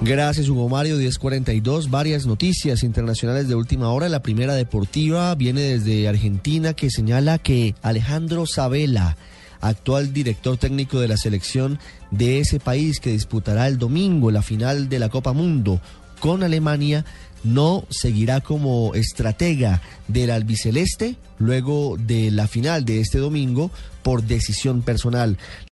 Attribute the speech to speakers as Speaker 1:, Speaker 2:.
Speaker 1: Gracias, Hugo Mario. 1042. Varias noticias internacionales de última hora. La primera deportiva viene desde Argentina que señala que Alejandro Sabela, actual director técnico de la selección de ese país que disputará el domingo la final de la Copa Mundo con Alemania, no seguirá como estratega del albiceleste luego de la final de este domingo por decisión personal.